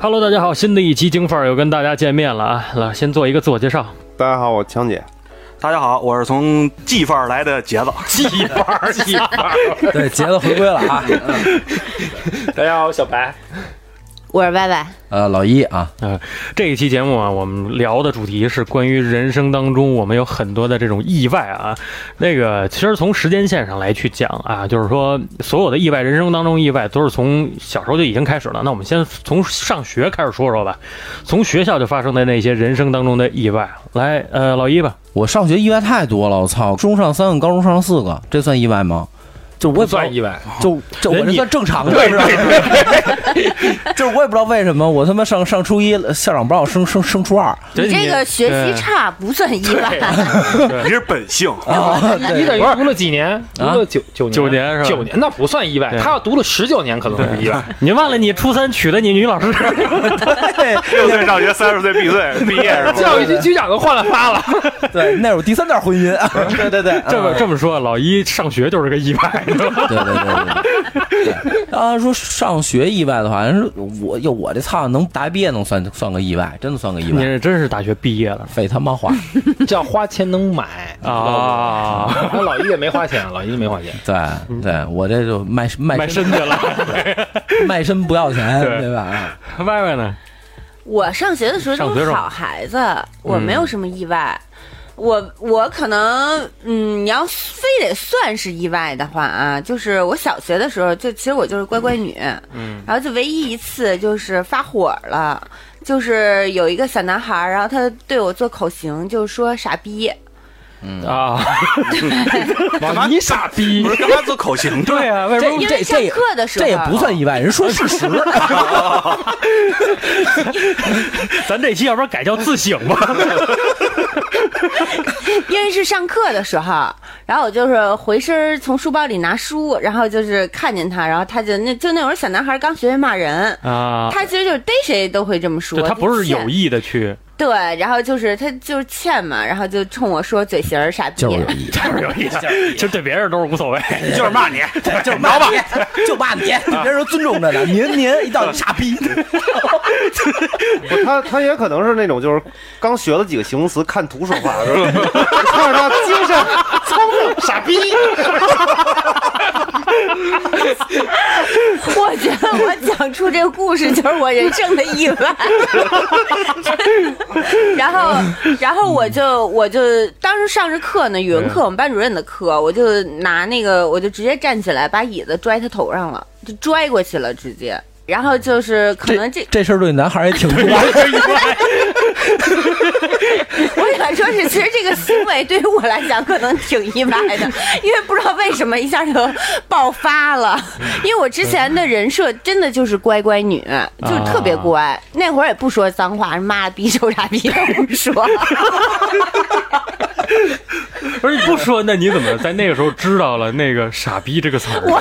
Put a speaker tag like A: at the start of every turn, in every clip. A: Hello，大家好，新的一期京范儿又跟大家见面了啊！来，先做一个自我介绍。
B: 大家好，我强姐。
C: 大家好，我是从 G 范儿来的杰子。
A: 技法儿，技法儿，
D: 对，杰子回归了 啊！
E: 大家好，我小白。
F: 我是歪歪，
D: 呃，老一啊，
A: 呃，这一期节目啊，我们聊的主题是关于人生当中我们有很多的这种意外啊。那个其实从时间线上来去讲啊，就是说所有的意外，人生当中意外都是从小时候就已经开始了。那我们先从上学开始说说吧，从学校就发生的那些人生当中的意外。来，呃，老一吧，
D: 我上学意外太多了，我操，中上三个，高中上四个，这算意外吗？就我也不
E: 不
D: 知道
E: 算意外，
D: 就就我
A: 人
D: 这
A: 你
D: 算正常的，是吧？ 就是我也不知道为什么，我他妈上上初一，校长不让我升升升初二
F: 你这个学习
A: 差。
F: 差不算意外，
C: 你是本性，
D: 啊，
E: 你
D: 对，
E: 等于读了几年？读了九九年，
A: 九年是吧
E: 九年那不算意外
A: 对，
E: 他要读了十九年可能是意外。
A: 你忘了你初三娶的你女老师？
C: 六岁上学，三十岁闭岁毕业是吧？
E: 教育局局长都换了发了，
D: 对，那是我第三段婚姻， 对对对，
A: 这么
D: 嗯
A: 这么说，老一上学就是个啊 意外，是吧
D: 对对对对。 对啊，说上学意外的话，人说我哟我这操能大学毕业能算算个意外，真的算个意
A: 你
D: 外，
A: 这真是大学毕业了
D: 废他妈 话，
E: 叫花钱能买！
A: 啊！
E: 然后老一也没花钱，老一没花钱。
D: 对对，我这就卖卖
A: 卖身去了，
D: 卖身不要钱，
A: 对
D: 对吧？啊
A: 歪歪呢？
F: 我上学的时候
A: 上
F: 都
A: 学时
F: 是
A: 候
F: 好孩子，我没有什么意外。我我可能，嗯，你要非得算是意外的话啊，就是我小学的时候，就其实我就是乖乖女，嗯，然后就唯一一次就是发火了，就是有一个小男孩儿，然后他对我做口型，就说傻逼，
D: 哦
A: 啊，老一傻逼
C: 不！是干嘛做口 型？
A: 对啊，为什么
F: 因
D: 这
F: 为上
D: 这也
F: 课的时候
D: 这也不算意外，人说事实，
A: 咱这期要不然改叫自省吧？
F: 因为是上课的时候，然后我就是回身儿从书包里拿书，然后就是看见他，然后他就那就那会儿小男孩刚学会骂人。
A: 啊，
F: 他其实就是逮谁都会这么说
A: 就，他不是有
F: 意
A: 意的去，
F: 对，然后就是他就是欠嘛，然后就冲我说嘴型儿傻逼，
D: 就是有 意义，
A: 就是有意的，其实对别人都是无所 谓。
C: 就是骂你，
D: 就是骂你，就骂你，人说尊重着呢，您您一到傻逼，
B: 不是哦他他也可能是那种就是刚学了几个形容词，看图说话， 是吧看着他精神聪明傻逼。
F: 我觉得我讲出这个故事就是我人生的意外，然后，然后我就我就当时上着课呢，语文课我们班主任的课，我就拿那个我就直接站起来把椅子拽他头上了，就拽过去了直接。然后就是可能这，
D: 这事儿对男孩儿也挺重要，
F: 我想说是，其实这个行为对于我来讲可能挺意外的，因为不知道为什么一下就爆发了。因为我之前的人设真的就是乖乖女，就是特别乖，那会儿也不说脏话，妈逼、臭傻逼都不说。
A: 不是你不说，那你怎么在那个时候知道了那个“傻逼”这个词儿？
F: 我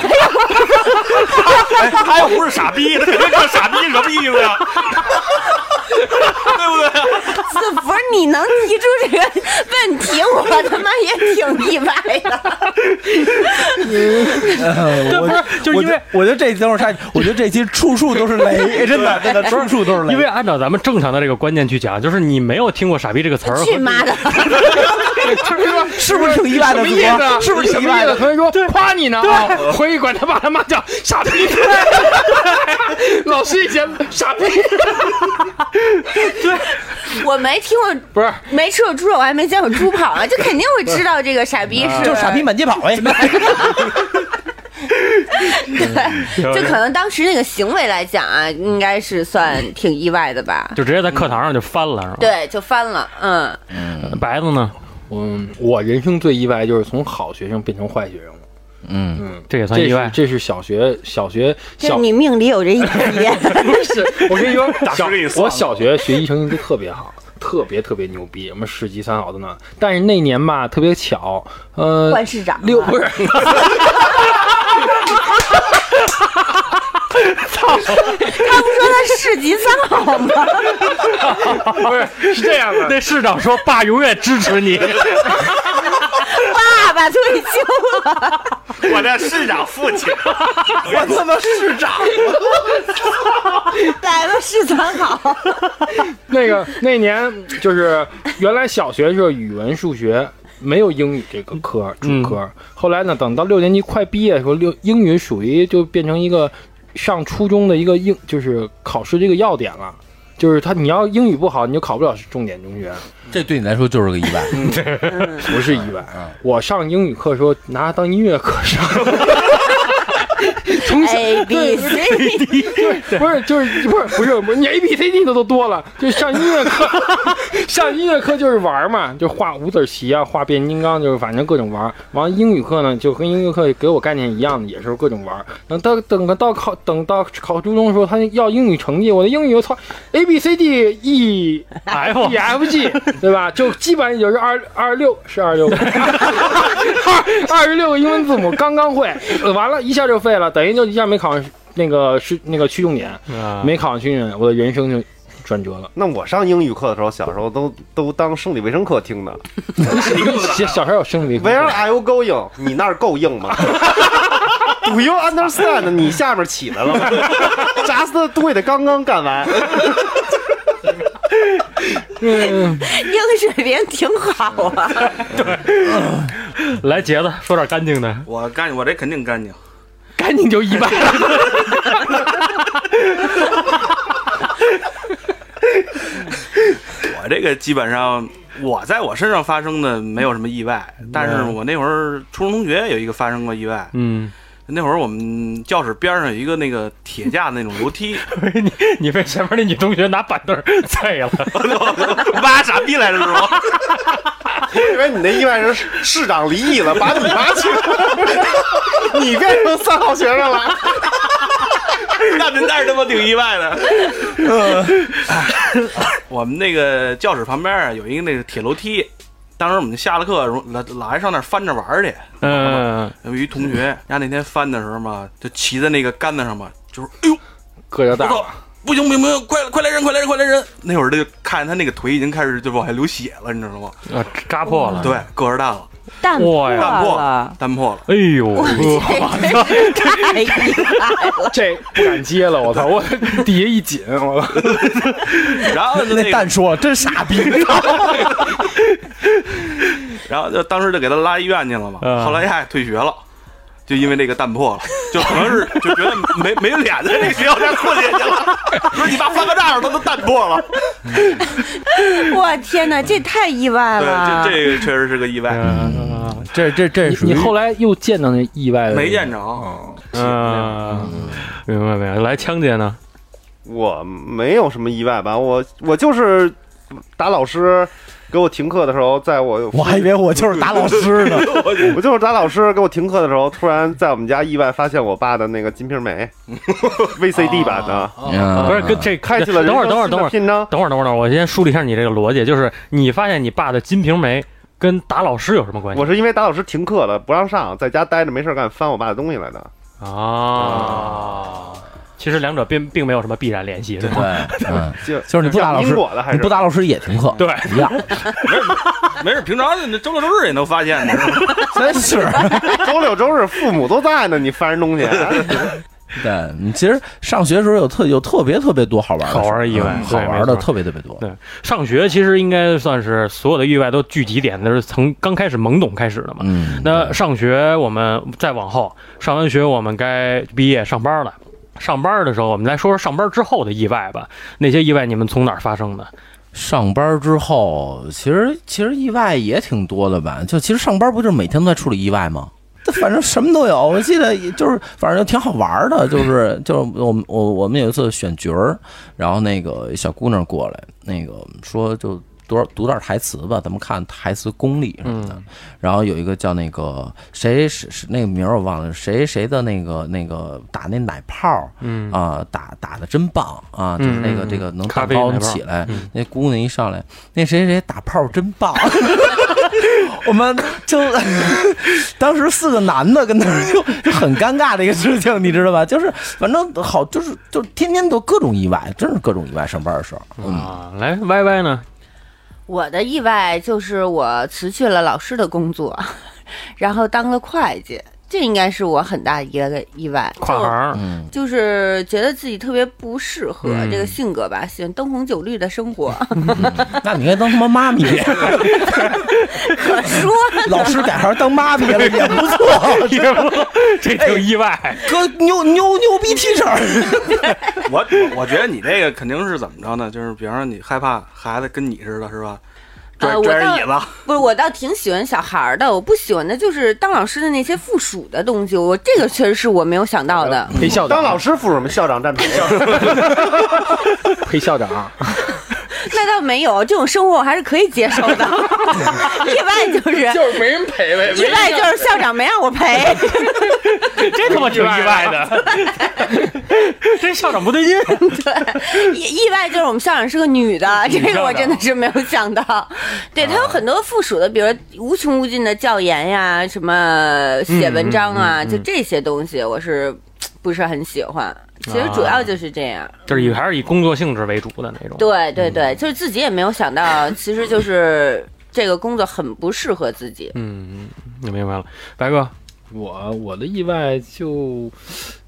C: 哎，他又不是傻逼，他这傻逼什么意思呀？对不对？
F: 子福，你能提出这个问题，我他妈也挺意外的。
A: 对，不
D: 我
A: 是，就是因为
D: 我觉得这会儿差，我觉得这期处处都是雷，真的真的处处都是雷，
A: 因为按照咱们正常的这个观念去讲，就是你没有听过“傻逼”这个词儿，
F: 去妈的！
D: 是不是挺意外的？
E: 什么意思啊？
D: 是不是
E: 什
D: 挺意
E: 么
D: 外
E: 意思？
D: 的？
E: 同学说夸你呢啊，回去管他爸他妈叫傻逼。 老师以前傻逼，
F: 我没听过，
E: 不是
F: 没吃过猪肉，我还没见过猪跑啊，就肯定会知道这个傻逼啊是
D: 啊就是傻逼。满街跑哎呗，
F: 对，就可能当时那个行为来讲啊，应该是算挺意外的吧。
A: 就直接在课堂上就翻了，是吧？
F: 对，就翻了，嗯，
A: 白子呢？
E: 嗯，我人生最意外就是从好学生变成坏学生了。
D: 嗯，
A: 这也算
E: 这
A: 意
E: 是
A: 外。
E: 这是小学小学
F: 就是
E: 小
F: 你命里有这一劫。
E: 不是，我跟你说， 小
C: 师给你算了
E: 我小学学医成绩特别好，特别特别牛逼，什么市级三好的呢。但是那年吧，特别巧，呃，
F: 换市长了啊
E: 六不是，
F: 他不说他市级三好吗？
E: 不是是这样的，
A: 那市长说：“爸永远支持你。”
F: 爸爸退休了，
C: 我的市长父亲，
D: 我他妈市 长，
F: 来了市长好，
E: 那个那年就是原来小学是语文、数学没有英语这个科主科，后来呢，等到六年级快毕业的时候，六英语属于就变成一个上初中的一个英就是考试这个要点了。就是他，你要英语不好，你就考不了重点中学，
D: 这对你来说就是个意外。
E: 不是意外。我上英语课的时候，拿它当音乐课上， 从小
F: A B C，
E: 不是，就是不是不是不是，你 A B C D 的都多了，就上音乐课， 上音乐课就是玩嘛，就画五子棋啊，画变形金刚，就是反正各种玩。完了英语课呢，就跟英语课给我概念一样的，也是各种玩。等到等到考等到考初中的时候，他要英语成绩，我的英语我操，A B C D E
A: F
E: E F G，对 吧？就基本上也就是二二十六是二十六， 二二十六个英文字母刚刚会，呃完了一下就废了，等于就一下没考上那个是那个区重点。
A: 啊
E: 没考上军人，我的人生就转折了。
B: 那我上英语课的时候，小时候都都当生理卫生课听的。
E: 小小时候有生理卫
B: Where
E: 生，
B: are you going？你那儿够硬 吗？Do you understand？你下面起来了 吗？扎斯的队得刚刚干完，
F: 英水平挺好啊。
A: 来杰子说点干净的，
C: 我干我这肯定干净。
E: 赶紧就一百。
C: 我这个基本上我在我身上发生的没有什么意外，但是我那会儿初中同学有一个发生过意外。
A: 嗯，
C: 那会儿我们教室边上有一个那个铁架那种楼梯，
A: 你你被前面那女同学拿板凳儿碎了，
C: 妈傻逼来着是吗？
B: 我以为你那意外是市长离异了，把你拿 去了，你变成三好学生了。
C: 那那那是他妈挺意外的。 我们那个教室旁边啊有一个那个铁楼梯，当时我们下了课，老老爱上那儿翻着玩儿去。
A: 嗯，
C: 有一同学，人家那天翻的时候嘛，就骑在那个杆子上嘛，就是哎呦，
E: 哥就
C: 我
E: 大
C: 操，不行不行不行，快快来人，快来人，快来人！那会儿他就看见他那个腿已经开始就往下流血了，你知道吗？
A: 啊，扎破了，
C: 对，个儿大了，
F: 蛋
A: 哇呀
C: 弹破
F: 了，
C: 弹破了。
A: 哎呦，
F: 哎太意外了。
E: 这不敢接了，我操！我底下一紧，我操！
C: 然后就
D: 那
C: 那个，
D: 蛋说真傻逼，
C: 然后就当时就给他拉医院去了嘛。
A: 嗯
C: 后来呀退学了。就因为这个弹破了，就可能是就觉得没没脸在这个学校这儿混下去了。不是你爸翻个大儿，他都弹破了。
F: 我天哪，这太意外
C: 对，
F: 了。
C: 这这个确实是个意外，
A: 嗯
D: 这这这属
E: 你
D: 于
E: 后来又见到那意外了？
C: 没见着。
A: 嗯，明白明白，来枪姐呢？
B: 我没有什么意外吧？我我就是打老师给我停课的时候，在我
D: 我还以为我就是打老师呢。
B: 我就是打老师给我停课的时候，突然在我们家意外发现我爸的那个《金瓶梅》VCD 版的，
D: 嗯
A: 不是跟这
B: 开启了
A: 等会儿等会儿
B: 人生新的
A: 等会儿等
B: 篇章。
A: 会儿等会儿等会儿，我先梳理一下你这个逻辑，就是你发现你爸的《金瓶梅》跟打老师有什么关系
B: 我是因为打老师停课了，不让上，在家待着没事干，翻我爸的东西来的。
A: 啊？其实两者并并没有什么必然联系，对吧？
D: 对，嗯，
B: 就
D: 就是你不打老
B: 像
D: 师
B: 英国的，还是
D: 你不打老师也 停课，
A: 对，
D: 一样，
C: 没事，平常那周六周日也能发现的。
D: 真是。
B: 周六周日父母都在呢，你翻人东西，
D: 对，你其实上学的时候有特有特别特别多好玩的事儿，
A: 好玩儿意外
D: 嗯好
A: 对
D: 玩儿
A: 没错
D: 的特别特别多。
A: 对，上学其实应该算是所有的意外都聚集点，那是从刚开始懵懂开始的嘛。
D: 嗯，
A: 那上学我们再往后，上完学我们该毕业上班了。上班的时候，我们来说说上班之后的意外吧。那些意外你们从哪儿发生的？
D: 上班之后，其实其实意外也挺多的吧？就其实上班不就是每天都在处理意外吗？这反正什么都有，我记得也就是反正就挺好玩儿的，就是就是我们我我们有一次选角儿，然后那个小姑娘过来，那个说就读点读点台词吧，咱们看台词功力什么的。然后有一个叫那个谁谁是那个名儿我忘了，谁谁的那个那个打那奶泡儿，嗯啊打打的真棒啊，就是那个这个
A: 嗯
D: 能
A: 咖
D: 蛋
A: 啡
D: 糕
A: 奶泡
D: 起来，
A: 嗯
D: 那姑娘一上来，那谁谁打炮儿真棒。 我们就 当时四个男的跟那儿就就很尴尬的一个事情，你知道吧？就是反正好，就是就天天都各种意外，真是各种意外。上班的时候，嗯，
A: 啊，来歪歪呢？
F: 我的 意外就是我辞去了老师的工作，然后当了会计。这应该是我很大的一个意外，
A: 跨行儿，
D: 嗯，
F: 就是觉得自己特别不适合
A: 嗯
F: 这个性格吧，喜欢灯红酒绿的生 活，
D: 那你应该当他妈妈咪，
F: 可说
D: 老师改行当妈咪了也不错，
A: 也不 这挺意外。
D: 哥 牛牛牛逼 T 恤，
C: 我我我觉得你这个肯定是怎么着呢？就是比方说你害怕孩子跟你似的，是吧？拽
F: 呃我
C: 拽着
F: 倒
C: 椅
A: 啊
C: 子，
F: 不是，我倒挺喜欢小孩儿的，我不喜欢的就是当老师的那些附属的东西，我这个确实是我没有想到的。
E: 陪校长，
B: 当老师附什么校长占便宜？
E: 陪校长，
F: 那倒没有，这种生活我还是可以接受 的。意外就是，
E: 就是没人陪呗
F: 意外就是校长没让我陪，
A: 这他妈挺意外的，这校长不对劲。
F: 意意外就是我们校长是个女的，这
A: 校
F: 个
A: 长
F: 我真的是没有想到。 对他有很多附属的，比如无穷无尽的教研呀，什
E: 嗯
F: 么写文章啊，就这些东西，我是不是很喜欢？其
E: 啊
F: 实主要就是这样。
A: 就是以还是以工作性质为主的那种。
F: 对对
E: 嗯
F: 对，就是自己也没有想到，其实就是这个工作很不适合自己。
A: 嗯，我明白了，白哥，
E: 我我的意外就，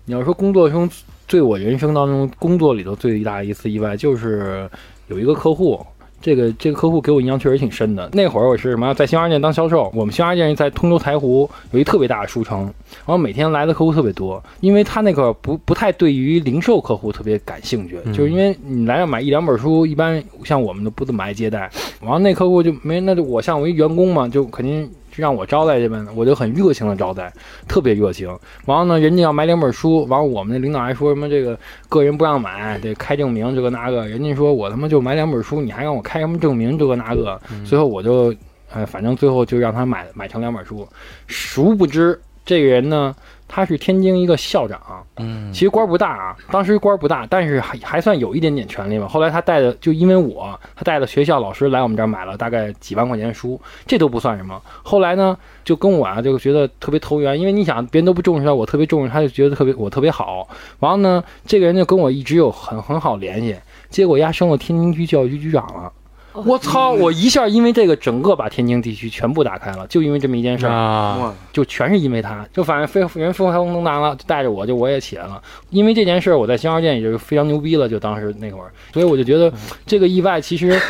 E: 你要说工作中对我人生当中工作里头最大一次意外，就是有一个客户，这个这个客户给我印象确实挺深的。那会儿我是什么在新华店当销售，我们新华店在通州台湖有一特别大的书城，然后每天来的客户特别多，因为他那个不不太对于零售客户特别感兴趣，就是因为你来这买一两本书，一般像我们都不怎么爱接待。然后那客户就没，那就我像我一员工嘛，就肯定就让我招待这边的，我就很热情的招待，特别热情。然后呢，人家要买两本书，完了我们那领导还说什么这个个人不让买，得开证明这个那个。人家说我他妈就买两本书，你还让我开什么证明这个那个？最后我就，哎，反正最后就让他买买成两本书。殊不知这个人呢，他是天津一个校长，
D: 嗯
E: 其实官儿不大啊，当时官儿不大，但是还还算有一点点权利嘛。后来他带的，就因为我，他带的学校老师来我们这儿买了大概几万块钱的书，这都不算什么。后来呢，就跟我啊，就觉得特别投缘，因为你想，别人都不重视他，我特别重视他，就觉得特别我特别好。完后呢，这个人就跟我一直有很很好联系，结果丫升了天津区教育局局长了。我操！我一下因为这个，整个把天津地区全部打开了，就因为这么一件事儿。
A: 啊，
C: 哇
E: 就全是因为他，就反正飞人飞黄腾达了，就带着我就我也起来了。因为这件事儿，我在新华店也就是非常牛逼了，就当时那会儿，所以我就觉得这个意外 其实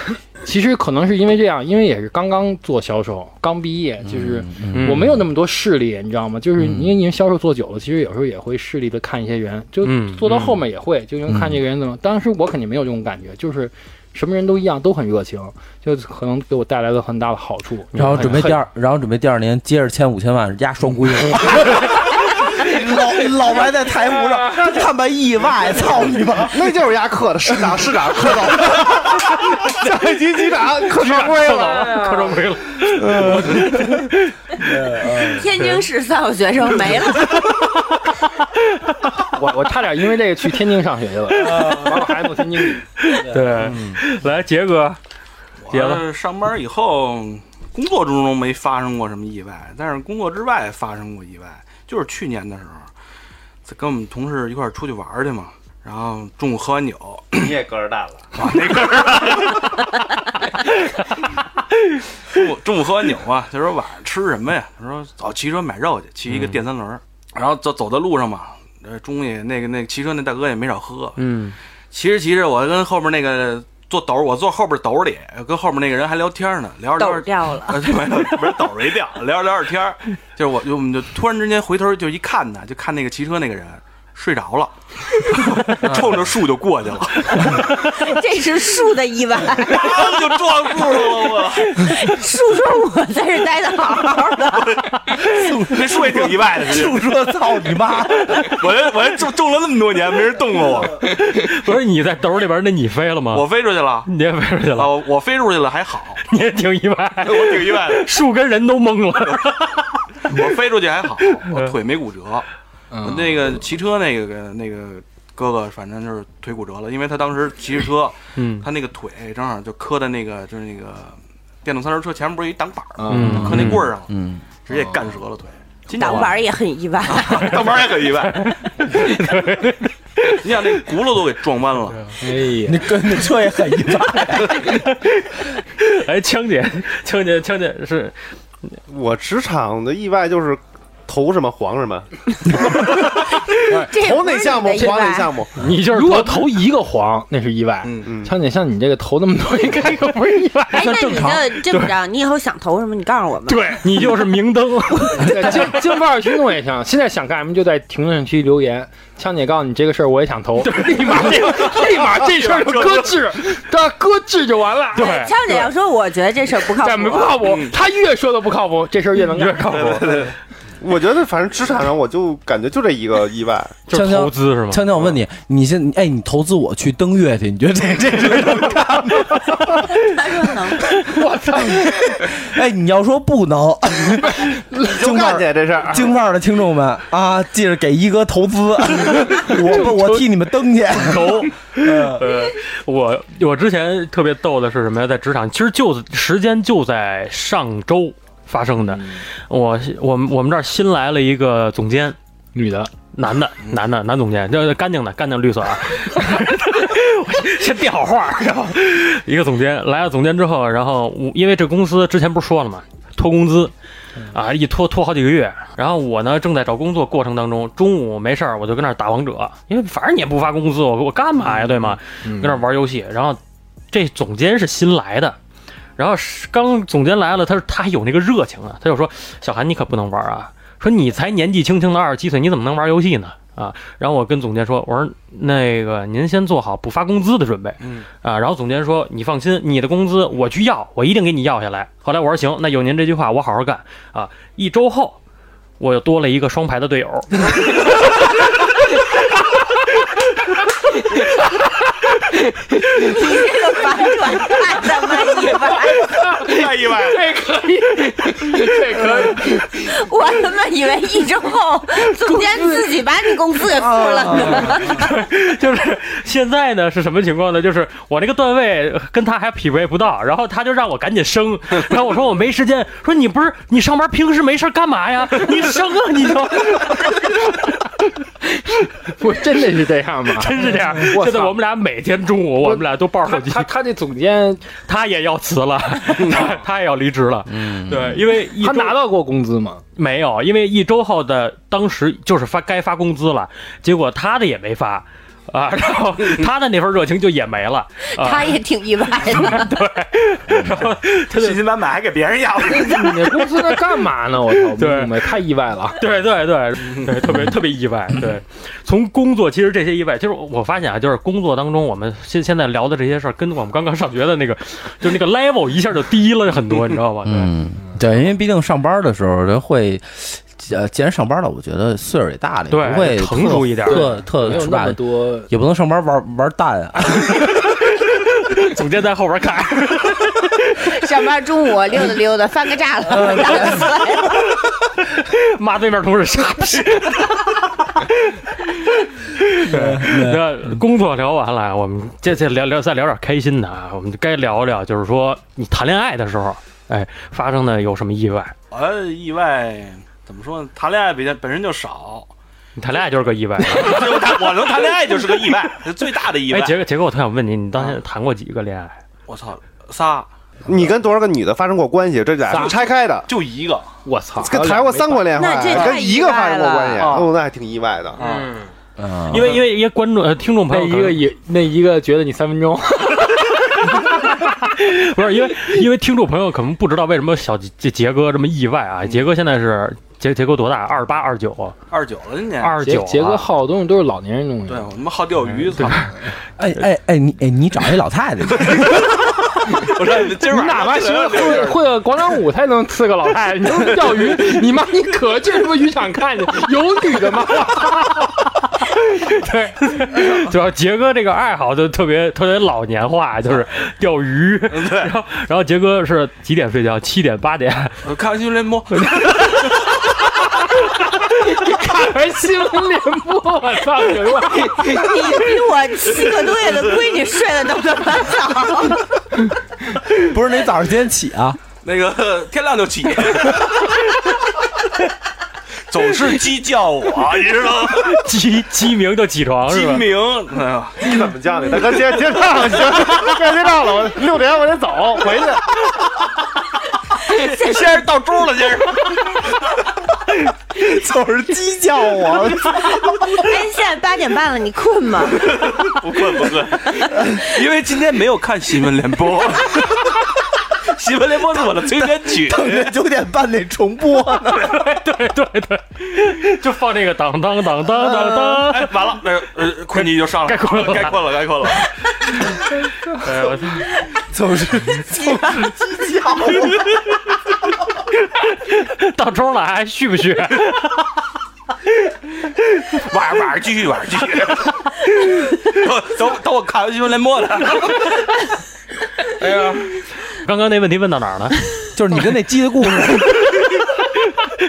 E: 其实可能是因为这样，因为也是刚刚做销售，刚毕业，就是
A: 嗯
E: 我没有那么多视力，你知道吗？就是因为您销售做久了，其实有时候也会视力的看一些人，就
A: 嗯
E: 做到后面也会，就能看这个人怎么。当时我肯定没有这种感觉，就是。什么人都一样，都很热情，就可能给我带来了很大的好处。
D: 然后准备
E: 嗯很
D: 第二，然后准备第二年接着签五千万，压双规。 老老白在台湖上，真他妈意外，操你妈！
B: 那就是压克的，市 长市长克到了，教育局局长克
D: 啊
B: 双规 了。
A: 磕着亏了。
E: 嗯
F: 天津市三好学生没了，
E: 我我差点因为这个去天津上学去 了，把我孩子弄天津去。
A: 对，来杰哥，结了
C: 我上班以后，工作之中没发生过什么意外，但是工作之外发生过意外，就是去年的时候，在跟我们同事一块儿出去玩儿去嘛，然后中午喝完酒，
B: 你也个儿大了，
C: 中午中午喝完酒啊，他说晚上吃什么呀？他说早骑车买肉去，骑一个电三
A: 嗯
C: 轮儿，然后走走在路上嘛，呃，中也那个那个骑车那大哥也没少喝，
A: 嗯，
C: 骑着骑着，我跟后面那个坐斗儿，我坐后边斗里，跟后面那个人还聊天呢，聊着
F: 抖
C: 聊着
F: 掉了。
C: 啊，对，没有不是抖没掉，聊着聊着天儿，就是我就我们就突然之间回头就一看他，就看那个骑车那个人睡着了， 冲着树就过去 了，
F: 这是树的意外，
C: 当就撞树了，
F: 树说我在这待的好好的，
C: 我那 树也挺意外的，其实
D: 就说操
B: 啊
D: 你妈！
C: 我这我这种种了那么多年，没人动过我，
A: 不是你在兜里边，那你飞了吗？
C: 我飞出去 了。
A: 你也飞出去
C: 啊，
A: 了，
C: 我我飞出去了还好，
A: 你也挺意外，
C: 我挺意外的。
A: 树跟人都懵了。
C: 我飞出去还好，我腿没骨折。我那个骑车那个那个哥哥，反正就是腿骨折了，因为他当时骑着车，
A: 嗯
C: 他那个腿正好就磕在那个就是那个电动三轮车前面不是一挡板儿，
A: 嗯
C: 磕那棍儿上了，
D: 嗯，
C: 直接干折了腿。今年
F: 挡板儿也很意外。
C: 我，挡板儿也很意外。 你想那轱辘都给撞弯 了，
E: 哎呀，
D: 那跟那车也很意外。
A: 嗯哎，枪姐，枪姐，枪姐是
B: 我职场的意外就是。投什么黄什么，
F: 这
B: 投哪项目
F: 不是你的
B: 黄
F: 意
B: 哪
F: 外
B: 项目，
E: 你就是如果投一个黄，那是意外。
C: 嗯
B: 嗯
E: 像你像你这个投那么多，应该 又不是意外。
F: 哎，那你就这么着，你以后想投什么，你告诉我们。
A: 对你就是明灯，
E: 京京范儿听众也行，现在想干什么就在评论区留言。枪姐告诉你这个事儿，我也想投，立马这 立马这事儿就搁置， 这搁置就完了。哎
A: 对
F: 枪哎姐要说，我觉得这事儿不靠
E: 这
F: 谱，
E: 没不靠谱，他越说的不靠谱，这事儿越能嗯越靠谱。
B: 我觉得反正职场上我就感觉就这一个意外，
A: 就是投资是吗？
D: 强强，我问你，你现哎，你投资我去登月去，你觉得这 这是能干吗？
F: 他说能，
D: 哎，你要说不能，
B: 就
D: 京范
B: 干去
D: 儿
B: 这事 儿。
D: 京范儿的听众们啊，记着给一哥投资，我不我替你们登去。
A: 投，呃，我我之前特别逗的是什么呀？在职场，其实就时间就在上周发生的。我我们我们这儿新来了一个总监，
E: 女的，
A: 男的，男的，男总监，这干净的，干净绿色啊。 先递好话，然后一个总监来了，总监之后，然后我因为这公司之前不是说了嘛，拖工资啊，一拖拖好几个月。然后我呢正在找工作过程当中，中午没事儿我就跟那儿打王者，因为反正你也不发工资，我我干嘛呀，对吗？跟那儿玩游戏。然后这总监是新来的，然后是刚总监来了，他他还有那个热情啊，他就说：“小韩，你可不能玩啊！说你才年纪轻轻的二十七岁，你怎么能玩游戏呢？”啊，然后我跟总监说：“我说那个您先做好不发工资的准备。”
C: 嗯
A: 啊，然后总监说：“你放心，你的工资我去要，我一定给你要下来。”后来我说：“行，那有您这句话，我好好干啊。”一周后，我又多了一个双排的队友。
F: 你这个反转太他妈意外，
C: 太意外了。
E: 这可以，这可以。
F: 我他妈以为一周后总监自己把你工资给付了呢。
A: 就是现在呢是什么情况呢？就是我那个段位跟他还匹配不到，然后他就让我赶紧升，然后我说我没时间，说你不是你上班平时没事儿干嘛呀？你升啊你就，
E: 我真的是这样吗？
A: 真是这样。
E: 我操
A: 现在 我们俩每天中午我们俩都抱着
E: 他
A: 手机，
E: 他他这总监，
A: 他也要辞 了，他他也要离职了。嗯，对，因为一
E: 他
A: 周
E: 拿到过工资吗？
A: 没有，因为一周后的当时就是发该发工资了，结果他的也没发。啊，然 后他的那份热情就也没 了，啊、
F: 他也挺意外的，
C: 信心满满还给别人要，
E: 你公司那干嘛呢？我操，我 不
A: 对
E: 明白，太意外了。
A: 对对对，对特别特别意外。对，从工作其实这些意外，其实我我发现啊，就是工作当中我们现现在聊的这些事儿，跟我们刚刚上学的那个，就是那个 level 一下就低了很多，你知道吗？对，
D: 嗯，对，因为毕竟上班的时候，这会，呃，既然上班了，我觉得岁数也大了，也
A: 对
D: 不会
A: 成熟一点
D: 特特特
E: 没有
D: 是
E: 那
D: 吧
E: 么？多
D: 也不能上班玩玩蛋啊！
A: 总监在后边看，
F: 上班中午溜达溜达，翻个栅栏，打个算
A: 骂对面同事傻逼。 对，那工作聊完了，我们这这聊聊再聊点开心的啊，我们该聊聊就是说你谈恋爱的时候，哎，发生的有什么意外？
C: 我意外怎么说呢？谈恋爱比较本身就少，
A: 你谈恋爱就是个意外。啊
C: 就谈我能谈恋爱就是个意外，是最大的意
A: 哎，
C: 外。
A: 杰哥，杰哥，我特想问你，你当年谈过几个恋爱？
C: 我操，仨
B: 你跟多少个女的发生过关系？这俩是拆开的，
C: 就一个，
E: 我操，
B: 跟谈过三国恋
F: 那这
B: 爱，
F: 太
B: 跟一个发生过关系，
C: 意外了
B: 哦，那还挺意外的。
C: 嗯，
D: 嗯，
A: 因为因为一些观众呃听众朋
E: 那
A: 友可
E: 一
A: 能，
E: 个也那一个觉得你三分钟，
A: 不是因为因为听众朋友可能不知道为什么小杰杰哥这么意外啊？杰哥现在是杰杰哥多大？二八二九
C: 二九了今年。
A: 二
E: 杰
A: 九啊
E: 杰哥好的东西都是老年人东西。
C: 对，我他妈好钓鱼，操！
D: 哎哎哎，你哎你找一老太太去，
C: 我说你今
E: 你
C: 晚
E: 哪
C: 上
E: 怕学会会个广场舞才能刺个老太太，你都是钓鱼，你妈你可去他妈渔场看去，有女的吗？
A: 对，主要杰哥这个爱好就特别特别老年化，就是钓鱼。然后然后杰哥是几点睡觉？七点八点。
C: 我看新闻联 播，
E: 还新闻联播，我操，有一万
F: 你比我七个多月的闺女睡得都他妈早。
D: 不是你早上几点起啊？
C: 那个天亮就起，总是鸡叫我，你知道吗？
A: 鸡鸡鸣就起床
C: 鸡
A: 是吧？
C: 鸣，哎呀，
B: 你怎么叫的？大哥，接接到了，行，该接到了，我六点我得走回去。
C: 先生到猪了，先生。
D: 总是讥笑 我。
F: 哎，现在八点半了，你困吗？
C: 不困不困，因为今天没有看新闻联播。新闻联播是我的催眠曲，
D: 等着九点半那重播呢。
A: 对 对对，就放这个当当当当当当。
C: 哎，完了，那呃，困意就上来，
A: 该困了
C: 该困了，该困了。
A: 哎我
D: 总是
A: 到钟了还续不续？
C: 晚上晚上继续，晚 上继续。等我等我等我看完新闻联播了。哎呀，
A: 刚刚那问题问到哪儿了？
D: 就是你跟那鸡的故事，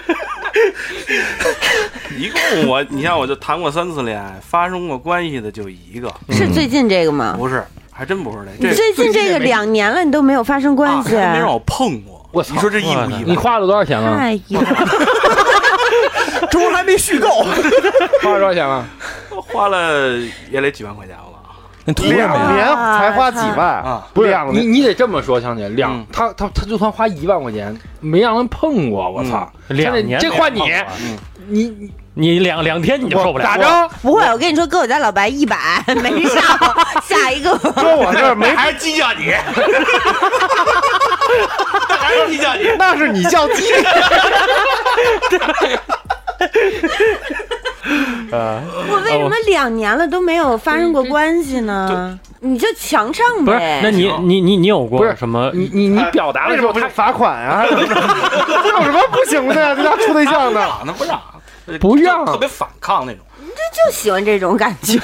C: 一共我，你像我就谈过三次恋爱，发生过关系的就一个，
F: 是最近这个吗？
C: 不是，还真不是那
F: 你
C: 这
F: 最近这个两年了，你都没有发生关
C: 啊
F: 系，
C: 还没让我碰过。
E: 我操
C: 你说这意不意
E: 你
C: 外？
E: 花了多少钱了？
F: 哎呦，
D: 中还没续够。
E: 花了多少钱了？
C: 花了也得几万块钱吧？
D: 那图什 么
B: 两
D: 呀？
B: 年才花几万
C: 啊，
E: 不是
B: 两
E: 你，
B: 年
E: 你得这么说，强姐，两、
C: 嗯
E: 他他他就算花一万块钱，没让人碰过，我操！
A: 嗯两年
E: 这换你
A: 没碰过，啊
E: 你你
A: 你两两天你就受不了。
E: 咋着？
F: 不会，我跟你说，跟我家老白一百没上，下一个
B: 搁我这儿没，
C: 还是讥笑 你，还是讥笑你。
B: 那是你叫鸡。
F: 我为什么两年了都没有发生过关系呢？你就强上
A: 不是？
F: 呗。
A: 那你你你你有
E: 不
A: 过
E: 是
A: 什么？
E: 你你你表达
B: 为
E: 的
B: 什
E: 时
B: 么
E: 候，
B: 不是
E: 他
B: 罚款啊？这有什么不行的？这家处对象呢？
C: 啊，那不让，
E: 不让
C: 特别反抗那种。
F: 就喜欢这种感觉，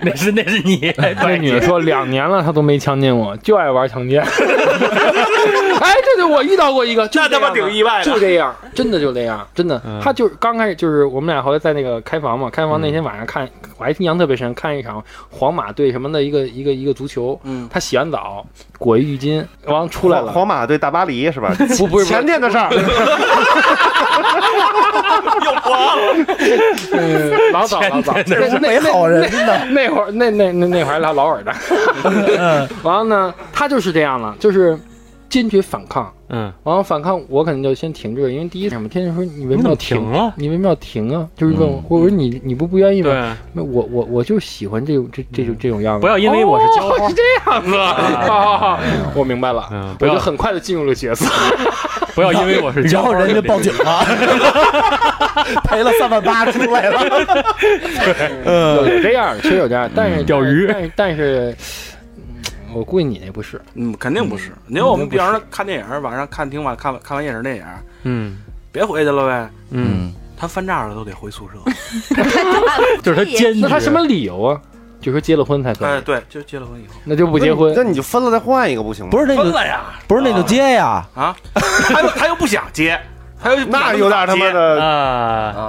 A: 那是那是你。
E: 那女的说两年了，她都没强奸我，就爱玩强奸。 哎，这就我遇到过一个，就
C: 那他妈
E: 这样
C: 挺意外的
E: 就这样，真的就这样，真的。
A: 嗯
E: 他就是刚开始就是我们俩后来在那个开房嘛，开房那天晚上看，我还印象特别深，看一场皇马对什么的一个一个一个足球，
C: 嗯
E: 他洗完澡裹一浴巾，完出来
B: 皇
E: 了，
B: 皇马对大巴黎是吧？
E: 不不是
B: 前天的事儿，
C: 又黄了，
E: 嗯老早老早，那那
D: 没好人呢。
E: 那会儿那那那那会儿还老老耳的，
D: 嗯
E: 完了呢，他就是这样了，就是坚决反抗。
A: 嗯，
E: 然后反抗我肯定就先停滞，因为第一什么，天天说你为
A: 你
E: 什
A: 怎
E: 么
A: 么
E: 要
A: 停了？
E: 你为什么要停啊？就是问我，
D: 嗯
E: 我说你你不不愿意吗？
A: 对，啊嗯
E: 那我我我就喜欢这种这这种这种样子。
A: 不要因为我是浇
E: 哦
A: 花
E: 是。这 样子啊，好好好，我明白了，
A: 嗯，不
E: 我就
A: 要
E: 很快的进入了角色。
A: 不要因为我是
D: 然
A: 浇
D: 后
A: 花。
D: 人家报警了，赔了三万八出来了。
E: 有有这样，确实有这样，但是
A: 嗯钓鱼
E: 但是但是，嗯我估计你那不是。
C: 嗯，肯定不是。你看我们比方说看电影，晚上看挺晚，看完看完夜场电影，
A: 嗯
C: 别回去了呗。
A: 嗯，，
C: 他翻炸了都得回宿 舍。
A: 就是他坚
E: 那
A: 决。
E: 他什么理由啊？就说结了婚才可
C: 哎，
E: 以，
C: 对，就结了婚以后
E: 那就不结婚
B: 那。你就分了再换一个不行吗？
D: 不是那
C: 分
D: 就
C: 了呀
D: 不是那就接呀。
C: 啊，他又他又不想接，他又
B: 那有点他妈的，
A: 啊？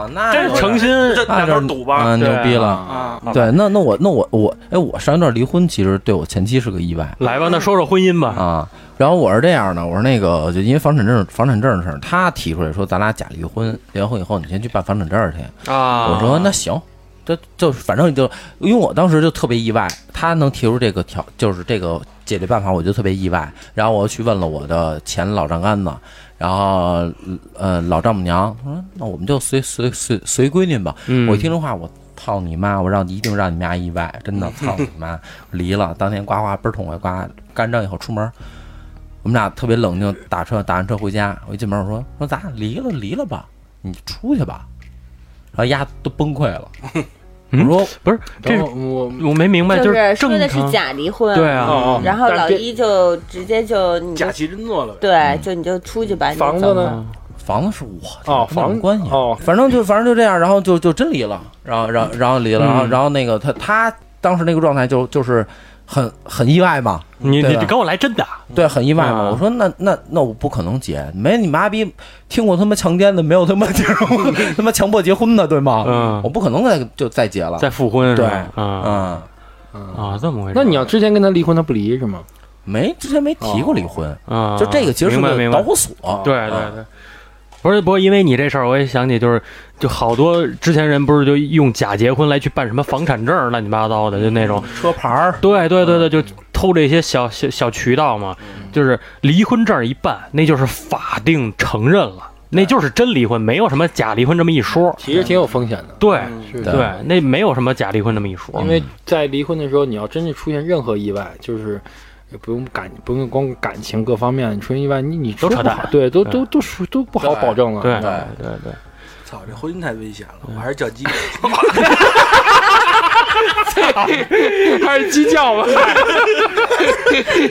D: 啊，那
A: 真是诚心
C: 这两头堵吧
D: 嗯，牛
A: 对啊
D: 逼了。
C: 啊。
D: 对，那那我那我我哎，我上一段离婚其实对我前妻是个意外
A: 来吧，那说说婚姻吧。
D: 啊。然后我是这样的，我说那个就因为房产证房产证的事儿，他提出来说咱俩假离婚，离完婚以后你先去办房产证去。
A: 啊
D: 我说那行，这就反正就因为我当时就特别意外，他能提出这个条，就是这个解决办法，我就特别意外。然后我又去问了我的前老丈杆子，然后呃老丈母娘，我说那我们就随随随随闺女吧。
A: 嗯
D: 我一听这话，我操你妈！我让一定让你妈意外，真 的操你妈！离了，当天呱呱倍儿痛快，呱干仗以后出门。我们俩特别冷静，打车打完车回家，我一进门我说说咱俩离了离了吧，你出去吧，然后丫都崩溃了。我
A: 嗯
D: 说
A: 不是这嗯
E: 然后我
A: 我没明白，
F: 就是说
A: 正
F: 的是
A: 常。
F: 假离婚，
A: 对啊，
E: 哦
F: 然后
E: 但
F: 老
E: 这
F: 一就直接就你就
C: 假期真做了呗，
F: 对，就你就出去吧，你就
E: 房
F: 走
E: 子呢？
A: 嗯
D: 房子是我的
E: 哦，
D: 跟我
E: 房
D: 没关系
E: 哦，
D: 反正就反正就这样，然后就就真离了，然后然后然后离了，然后
A: 嗯
D: 然后那个他他当时那个状态就就是很很意外嘛，
A: 你
D: 对
A: 你
D: 吧
A: 你跟我来真的啊？
D: 对，很意外嘛。
A: 啊
D: 我说那那那我不可能结，没你妈逼听过他妈强奸的，没有他妈这种 他妈强迫结婚的，对吗？
A: 嗯
D: 我不可能再就再结了。
A: 再复婚是吧？
D: 对
A: 啊
D: 嗯，
A: 啊，这么回事？
E: 那你要之前跟他离婚，他不离是吗？
D: 没之前没提过离婚，
A: 啊，
D: 就这个其实是
A: 明白
D: 个
A: 明
D: 导
A: 白。
D: 火索。嗯
A: 对对对。不是，不过因为你这事儿，我也想起，就是就好多之前人不是就用假结婚来去办什么房产证儿，乱七八糟的，就那种。
D: 车牌儿
A: 对对对对，就偷这些小小小渠道嘛。就是离婚证一办，那就是法定承认了，那就是真离婚，没有什么假离婚这么一说。
E: 其实挺有风险的。
A: 对
E: 是的
A: 对，嗯那没有什么假离婚这么一说。
E: 因为在离婚的时候，你要真是出现任何意外，就是也不用感不用光感情各方面，你出现意外，你你
A: 都扯
E: 说不好
A: 淡
E: 对，都都都说都不好保证了。
A: 对
D: 对
A: 对对，
C: 操，这婚姻太危险了，我还是叫 鸡。
E: 还是鸡叫 吧。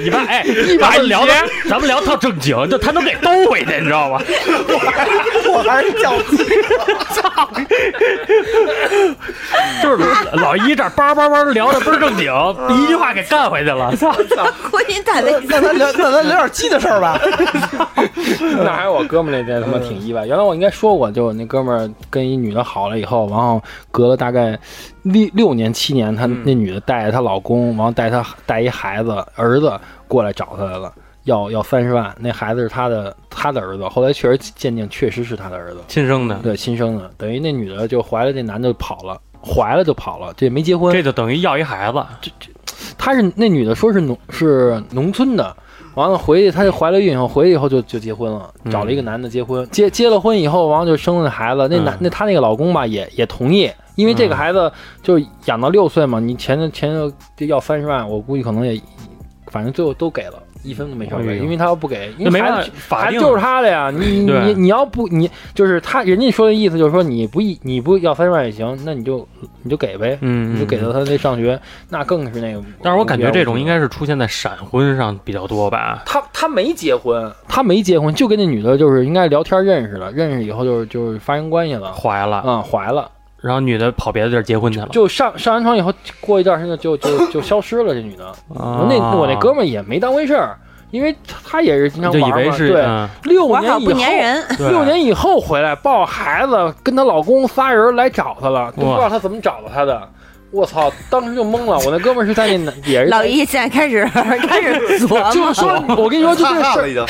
A: 一般哎，一
E: 把
A: 般聊
E: 一
A: 的
E: 截，
A: 咱们聊套正经，就他能给兜回去，你知道吗？
B: 我还是叫
A: 就是老一这儿叭叭叭聊的倍儿正经，一句话给干回去了。操！
F: 婚姻太危险
D: 那咱聊，那咱聊点鸡的事儿吧。
E: 那还有我哥们儿那天他妈挺意外，原来我应该说过，就我那哥们儿跟一女的好了以后，然后隔了大概六六年七年，他那女的带着她老公，然后带她带一孩子儿子过来找她来了，要要三十万，那孩子是她的她的儿子，后来确实鉴定确实是她的儿子，
A: 亲生的，
E: 对亲生的，等于那女的就怀了那男的就跑了。怀了就跑了，这也没结婚。
A: 这就等于要一孩子。
E: 她是那女的说是农是农村的，完了回去她就怀了孕以后，回去以后就就结婚了，
A: 嗯
E: 找了一个男的结婚，结结了婚以后，完了就生了孩子。那男、
A: 嗯
E: 那她那个老公吧也也同意，因为这个孩子就是养到六岁嘛，你前前就要三十万，我估计可能也反正最后都给了。一分都没少
A: 哎
E: 给，
A: 呦
E: 因为他要不给，因
A: 那没
E: 为
A: 办
E: 孩
A: 法
E: 子
A: 法
E: 孩
A: 定
E: 子就是他的呀。你你
A: 对
E: 你你要不你就是他，人家说的意思就是说你不一你不要三十万也行，那你就你就给呗，
A: 嗯
E: 你就给到他那上学，那更是那个。
A: 但是我感觉这种应该是出现在闪婚上比较多吧？
E: 他他没结婚，他没结婚，就跟那女的就是应该聊天认识的，认识以后就是就是发生关系了，
A: 怀了，
E: 啊、怀了，
A: 然后女的跑别的地儿结婚去了。
E: 就上上完床以后，过一段时间就就就消失了。这女的， 我那
A: 啊
E: 我那哥们儿也没当回事儿，因为他也是经常
A: 就
E: 玩
A: 以
E: 嘛，
A: 为是
E: 对，
A: 嗯
E: 六
F: 玩好
E: 年以
F: 不
E: 后。
F: 粘人。
A: 对
E: 六年以后回来抱孩子，跟她老公仨人来找她了，都不知道她怎么找到她的。我操！当时就懵了。我那哥们儿是在那南也是在
F: 老一现在 开始开始琢
E: 就是
F: 磨，
E: 说，我跟你说，就这
B: 哈
E: 个
B: 哈
E: 事
B: 了
E: 儿
B: 已，经。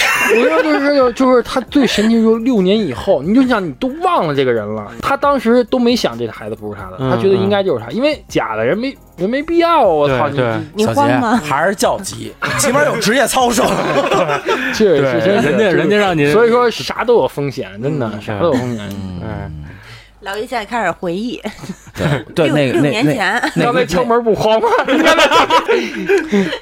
E: 我跟你说，就是就是就是他最神奇，就是六年以后，你就想你都忘了这个人了。他当时都没想这个孩子不是他的，
A: 嗯
E: 他觉得应该就是他，因为假的人没人没必要啊。我
A: 对
E: 操，你
A: 对
F: 你
D: 小
F: 慌
D: 杰
F: 吗？
D: 还是叫鸡，起码有职业操守。
E: 这
A: 对，
E: 这真是
A: 人家人家让你，
E: 所以说啥都有风险，真的啥都有风险。
A: 嗯
F: 老一现在开始回忆
D: 对对，
F: 六
D: 那个
F: 六
D: 那
F: 年
D: 那
F: 前
D: 那
E: 刚才
D: 个
E: 敲门不慌吗？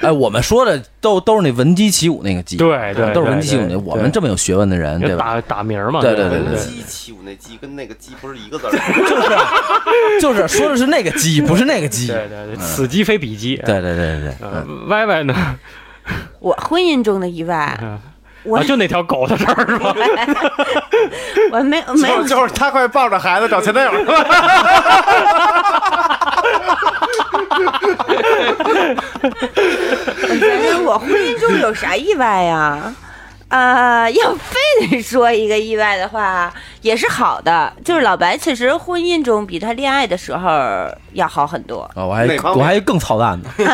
D: 哎，我们说的都都是那闻鸡起舞那个鸡，
A: 对对，
D: 都是闻
A: 文
D: 鸡起舞那。我们这么有学问的人，对
A: 就
D: 吧？
A: 哎打打名儿嘛，
D: 对
A: 对
D: 对对
B: 那
D: 对
B: 鸡起舞那鸡跟那个鸡不是一个 字儿。
D: 就是啊就是说的是那个鸡，不是那个鸡。
A: 对对对，此鸡非彼鸡。
D: 嗯对对对对对
A: 呃，歪歪呢？
F: 我婚姻中的 意外，我
A: 啊，就那条狗的事儿是 吧？
F: 我没有没有
B: 就就是他快抱着孩子找前男友了，
F: 反正我婚姻中有啥意外呀？呃，要非得说一个意外的话，也是好的。就是老白确实婚姻中比他恋爱的时候要好很多，
D: 啊，我还
B: 哪方面
D: 我还更操蛋呢。
F: 各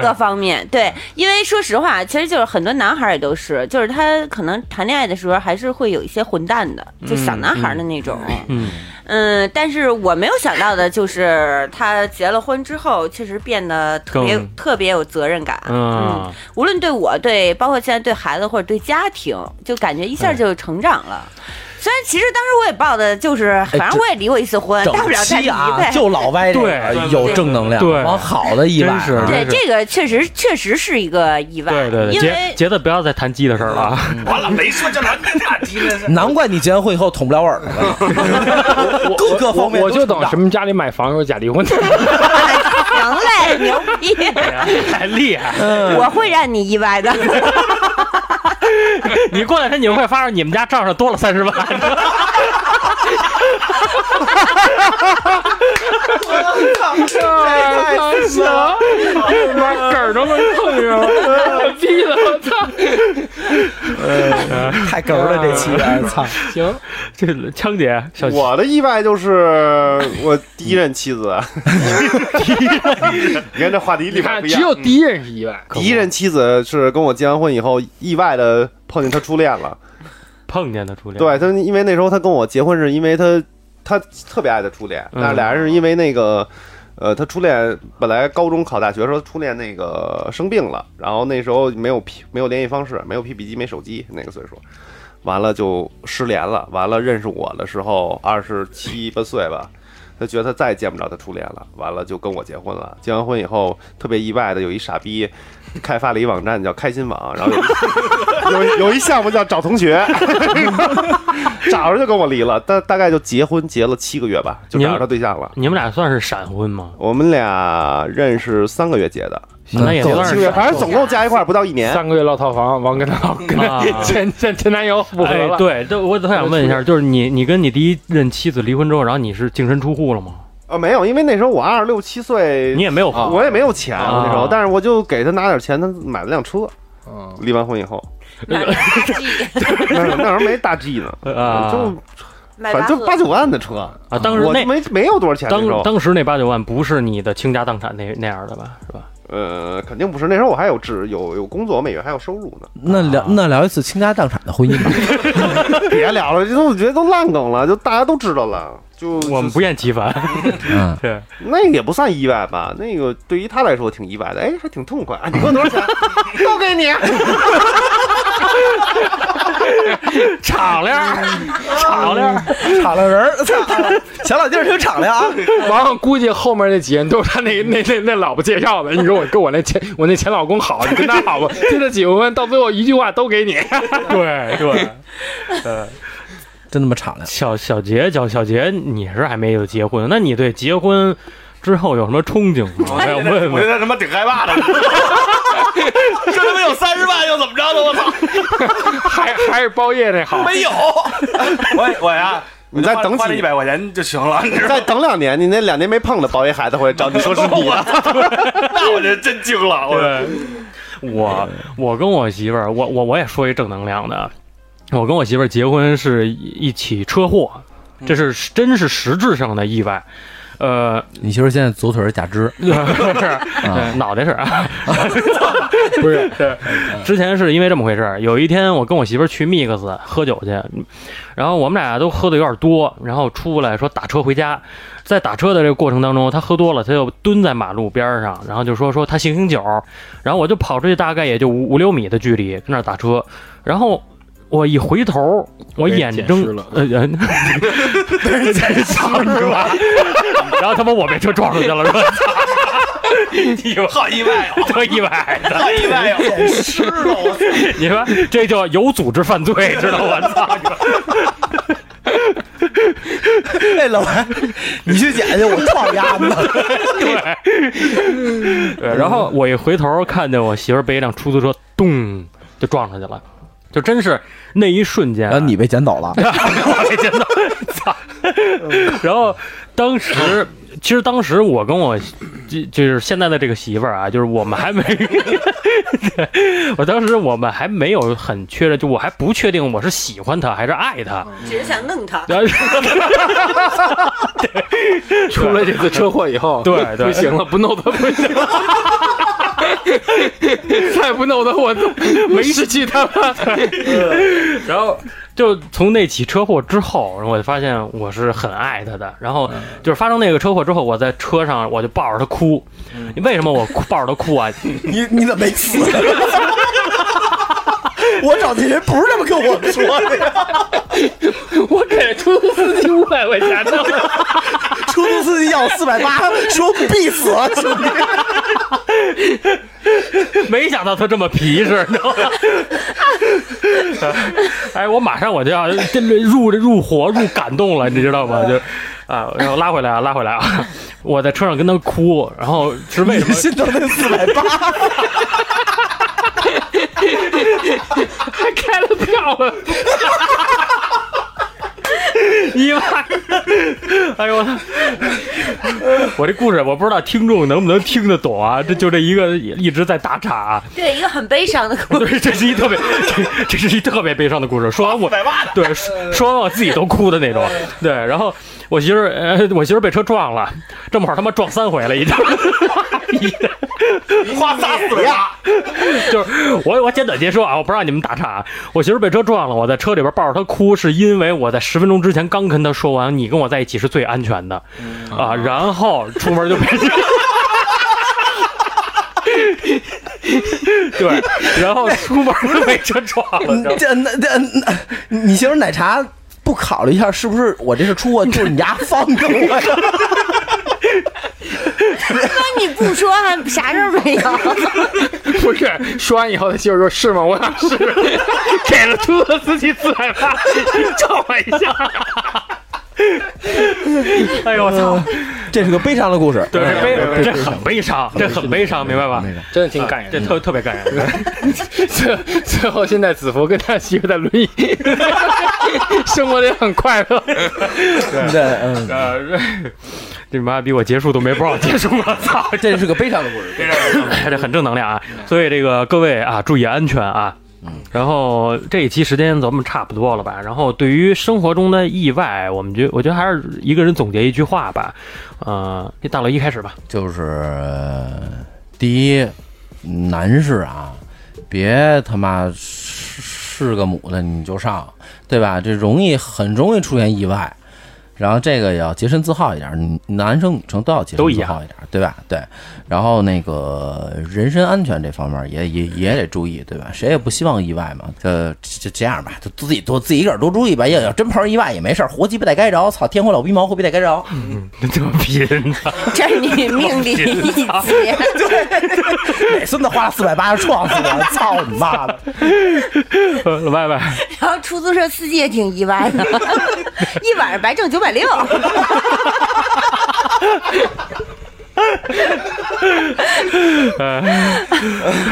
F: 个方面。对，
A: 嗯
F: 因为说实话，其实就是很多男孩儿也都是，就是他可能谈恋爱的时候还是会有一些混蛋的，就小男孩儿的那种。
A: 嗯
F: 嗯，但是我没有想到的就是，他结了婚之后，确实变得特别
A: 更
F: 特别有责任感。
A: 嗯，
F: 无论对我对，包括现在对孩子或者对家庭，就感觉一
A: 哎
F: 下就成长了。虽然其实当时我也报的
A: 哎
F: 就是，反正
D: 这
F: 我也离过一次婚，大不
D: 整
F: 了再离
D: 期啊
F: 呗。，
D: 就老歪这
A: 对
D: 个哎
A: 对
D: 有正能量，
A: 对
D: 往好的意外
A: 真是
D: 啊。
F: 对，
A: 真是
F: 这个确实确实是一个意外，
A: 对对对，
F: 因
A: 杰
F: 为
A: 杰子不要再谈鸡的事儿了啊！
C: 完了，没说就来你俩鸡了。
D: 难怪你结完婚以后捅不了耳朵了，各个方面
E: 我
D: 都
E: 就
D: 成
E: 等
D: 长
E: 什么家里买房的时候假离婚。
F: 行哎嘞，牛逼，嗯
A: 太哎厉害！
F: 我会让你意外的。
A: 你过两天你们会发现你们家账上多了三十万，
E: 太太死了，妈梗儿都能碰上了，逼的我操！
D: 太哏儿了这期，哎操！
E: 行，
A: 这枪姐小
B: 我的意外就是我第一任妻子，啊 你看这话题立
E: 你
B: 马
E: 看，
B: 不一
E: 只有
B: 样。
E: 第一任是意外，
B: 第一任妻子是跟我结完婚以后，意外的碰见她初恋了。
A: 碰见的初恋，
B: 对，他，因为那时候他跟我结婚是因为他他特别爱他初恋，
A: 嗯
B: 但是俩人是因为那个呃，他初恋本来高中考大学的时候初恋那个生病了，然后那时候没有 P 没有联系方式，没有 P P 机，没手机，那个岁数，完了就失联了。完了认识我的时候二十七八岁吧，他觉得他再也见不着他初恋了，完了就跟我结婚了。结完婚以后特别意外的有一傻逼开发了一网站叫开心网，然后有一 有一有一项目叫找同学， 找着就跟我离了，但大概就结婚结了七个月吧，就找着他对象了。
A: 你们俩算是闪婚吗？
B: 我们俩认识三个月结的，
D: 嗯
A: 那也算
B: 七
A: 是
B: 个月，
A: 闪
B: 反哎正总共加一块儿不到一年。
E: 三个月落套房，王跟他跟他
A: 啊
E: 前前前男友复合
A: 哎
E: 了，，
A: 对，这我特想问一下，就是你，你跟你第一任妻子离婚之后，然后你是净身出户了吗？
B: 呃，没有，因为那时候我二十六七岁，
A: 你也没有，
B: 我也没有钱，
A: 啊
B: 我那时候，但是我就给他拿点钱，他买了辆车。
E: 嗯，
B: 离完婚以后，
F: 买个垃圾，
B: 那时候那时候没大 G 呢，
A: 啊
B: 就
F: 买
B: 反正
F: 盒
B: 就八九万的车，
A: 啊，当时
B: 我
A: 那
B: 没没有多少钱那时
A: 当
B: 候，
A: 当时那八九万不是你的倾家荡产那那样的吧？是吧？
B: 呃，肯定不是，那时候我还有只有有工作，每月还有收入呢。
D: 那聊那聊一次倾家荡产的婚姻吧。
B: 别聊了，这都我觉得都烂梗了，就大家都知道了，就
A: 我们不厌其烦，
D: 嗯，
A: 对，
B: 那也不算意外吧？那个对于他来说挺意外的，哎，还挺痛快。啊、你给我多少 钱？都给你。
A: 敞亮，敞亮，
D: 敞亮人儿，小老弟儿挺敞亮啊。
E: 完了估计后面那几人都是他那那那那老婆介绍的，你说我跟我那前我那前老公好，你跟他好吧，就这几个问到最后一句话都给你，
A: 对对。
D: 真他妈敞亮！
A: 小小杰，小小杰，你是还没有结婚，那你对结婚之后有什么憧憬吗？我想问
C: 我
A: 问
C: 现。在他妈挺害怕 的，这他妈有三十万又怎么着的？我操，
E: 还还是包夜那好，
C: 没有， 我我呀，
B: 你再等
C: 花这一
B: 几，
C: 百块钱就行了，你知道
B: 再
C: 吗？
B: 等两年，你那两年没碰的，保一孩子回来找你说是你的。
C: 那 我就真惊了，我
A: 对，我我跟我媳妇儿，我我我也说一正能量的，我跟我媳妇儿结婚是一起车祸，这是真是实质上的意外，呃，
D: 你媳妇现在左腿是假肢，
A: 嗯是脑袋是 啊。
E: 不是，
A: 之前是因为这么回事儿，有一天我跟我媳妇儿去 Mix 喝酒去，然后我们俩都喝的有点多，然后出来说打车回家，在打车的这个过程当中，她喝多了，她就蹲在马路边儿上，然后就说说她醒醒酒，然后我就跑出去大概也就五五六米的距离跟那儿打车，然后。我一回头，我眼
E: 被人捡尸
A: 睁
E: 了
A: 呃，呃 然后他妈我被车撞出去了，是吧？
C: 好意外 哦，
A: 多意外！
C: 好意外哦，湿了，我操
A: 你说这叫有组织犯罪，知道吗？操！
D: 哎，老白，你去捡去，我撞鸭子。
A: 对，然后我一回头看见我媳妇儿被一辆出租车咚就撞上去了，就真是那一瞬间、啊
D: 然后 啊你被捡走了，
A: 我没见到，操！ 然后当时，其实当时我跟我就就是现在的这个媳妇儿啊，就是我们还没， 我当时我们还没有很确认，就我还不确定我是喜欢她还是爱 她。
F: 只是想弄他。
A: 然后
E: 出了这次车祸以后，
A: 对对
E: 不行了，不弄他不行了。再不弄他，我都没失去他了。
A: 然后就从那起车祸之后，我就发现我是很爱他的。然后就是发生那个车祸之后，我在车上我就抱着他哭。为什么我哭抱着他哭啊？
D: 你你怎么没死？ 我找那人不是这么跟我说的呀，
E: 我给出租司机五百块钱呢。
D: 出租司机要四百八，说必死， 兄弟。
A: 没想到他这么皮实，你知道吗？ 哎，我马上我就要这入入火入感动了，你知道吗？就啊，然后拉回来啊，拉回来啊！我在车上跟他哭，然后是为什么？
D: 心疼那四百八，
E: 还开了票 了，
A: 意外。哎呦我操！ 我这故事我不知道听众能不能听得懂啊？这就这一个一直在打岔、啊，
F: 对，一个很悲伤的故事。
A: 对，这是一特别这这是一特别悲伤的故事。说完我对说说完我自己都哭的那种。
E: 哎
A: 对，然后 我媳妇儿呃我媳妇儿被车撞了，这么会儿他妈撞三回了已经。
B: 花洒死呀！
A: 就是我我简短截说啊，我不让你们打岔啊。我媳妇被车撞了，我在车里边抱着她哭，是因为我在十分钟之前刚跟她说完，你跟我在一起是最安全的
D: 嗯
A: 啊，然后出门 就被。对，然后出门就被车撞了，你知道吗
D: 这那这那，你媳妇奶茶不考虑一下是不是我这是出货，就是你家放的我呀？
F: 那你不说还啥事儿没 有？
E: 不是说完以后，他媳妇说：“是吗？”我想是， 给了兔子自己自害怕，照我一下。
A: 哎呦我操！
D: 这是个悲伤的故嗯事。
A: 对，这悲，这很悲伤，这很悲伤，明白吧？
E: 真的挺感人
A: 这
E: 的。
A: 特特别感人。
E: 最最后，现在子服跟他媳妇在轮椅， 生活的也很快乐。
D: 对，嗯，
A: 呃，这这妈比我结束都没多少结束，我 操！
D: 这是个悲伤的故事。
A: 这很正能量啊。所以这个各位啊，注意安全啊。然后这一期时间咱们差不多了吧？然后对于生活中的意外，我们觉我觉得还是一个人总结一句话吧。呃，这大老一开始吧。
D: 就是呃第一，男士啊，别他妈是是个母的你就上，对吧？这容易很容易出现意外。然后这个也要洁身自好一点，你男生女生都要洁身
A: 都一
D: 自
A: 样
D: 好一点，对吧？对。然后那个人身安全这方面也也也得注意，对吧？谁也不希望意外嘛。呃，就这样吧，就自己多自己个儿多注意吧。要要真碰上意外也没事儿，活鸡巴带该着，操，天火老逼毛，活逼带该着。
A: 这么拼 的，
F: 这是你命里一劫。
D: 哪孙子花了四百八十撞死我？操你妈 的！
A: 呃老外外，
F: 然后出租车司机也挺意外的，一晚上白挣九百六。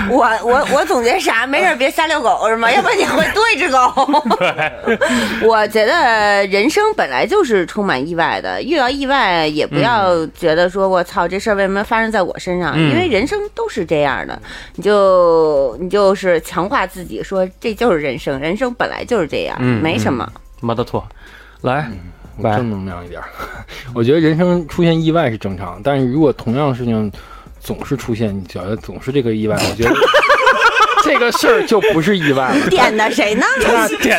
F: 我我我总结啥？没事儿别瞎遛狗是吗？要不然你会多一只狗。我觉得人生本来就是充满意外的，遇到意外也不要觉得说我操这事儿为什么发生在我身上，因为人生都是这样的，你就你就是强化自己说这就是人生，人生本来就是这样，
A: 嗯
F: 没什么。
A: 没得错。来，
E: 我
A: 哎
E: 正能量一点儿。我觉得人生出现意外是正常，但是如果同样的事情总是出现，你觉得总是这个意外，我觉 得这个事儿就不是意外 了。
F: 点的谁呢？上学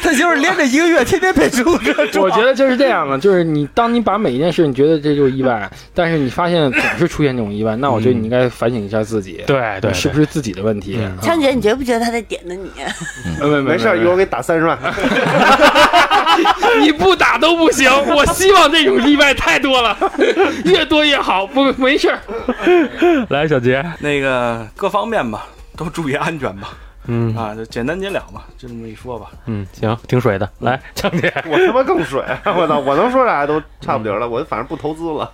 D: 他媳妇儿连着一个月天天被出租车
E: 我觉得就是这样的，就是你当你把每一件事你觉得这就是意外，但是你发现总是出现这种意外，那我觉得你应该反省一下自己，
A: 对嗯对，
E: 是不
A: 是？
E: 是自己的问题？
F: 强姐，你觉不觉得他在点的你？
E: 呃没
B: 没事儿，一会儿我给你打三十万。
E: 你不打都不行。我希望这种意外太 多了，越多越好。不，没事儿。
A: 来，小杰，
C: 那个各方面吧，都注意安全吧。
A: 嗯
C: 啊，就简单截了吧，就这么一说吧。
A: 嗯，行，挺水的。来，强姐，
B: 我他妈更水，我操！我能说啥都差不离儿了，我反正不投资了。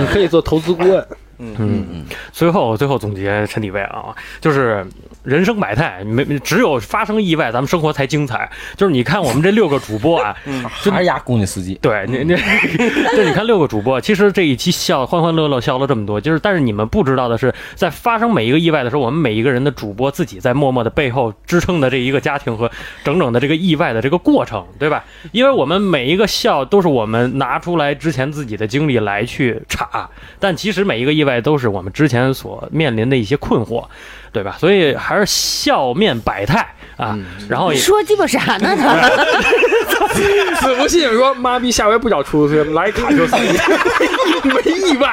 E: 你可以做投资顾问，
A: 嗯最后最后总结陈迪威啊，就是人生百态，没只有发生意外，咱们生活才精彩。就是你看我们这六个主播啊，
D: 还是压姑娘司机。
A: 对，你 你就你看六个主播，其实这一期笑欢欢乐乐笑了这么多，就是但是你们不知道的是，在发生每一个意外的时候，我们每一个人的主播自己在默默的背后支撑的这一个家庭和整整的这个意外的这个过程，对吧？因为我们每一个笑都是我们拿出来之前自己的经历来去查，但其实每一个意外都是我们之前所面临的一些困惑，对吧？所以还是笑面百态啊，然后
F: 你
A: 也。
F: 说鸡巴啥呢？他
E: 子不信说妈逼，下回不找出租车，来一卡车司机， 没意外。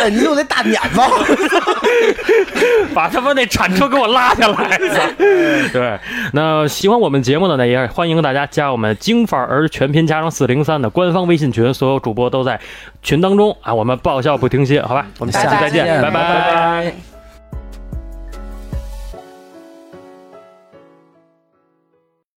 D: 哎，你用那大碾子，
A: 把他妈那铲车给我拉下 来！对，那喜欢我们节目的呢，也欢迎大家加我们京范儿全拼加上四零三的官方微信群，所有主播都在群当中啊，我们爆笑不停歇，好吧？我们
F: 下期
A: 期再见，
F: 见
A: 拜
F: 拜
A: 拜
E: 拜。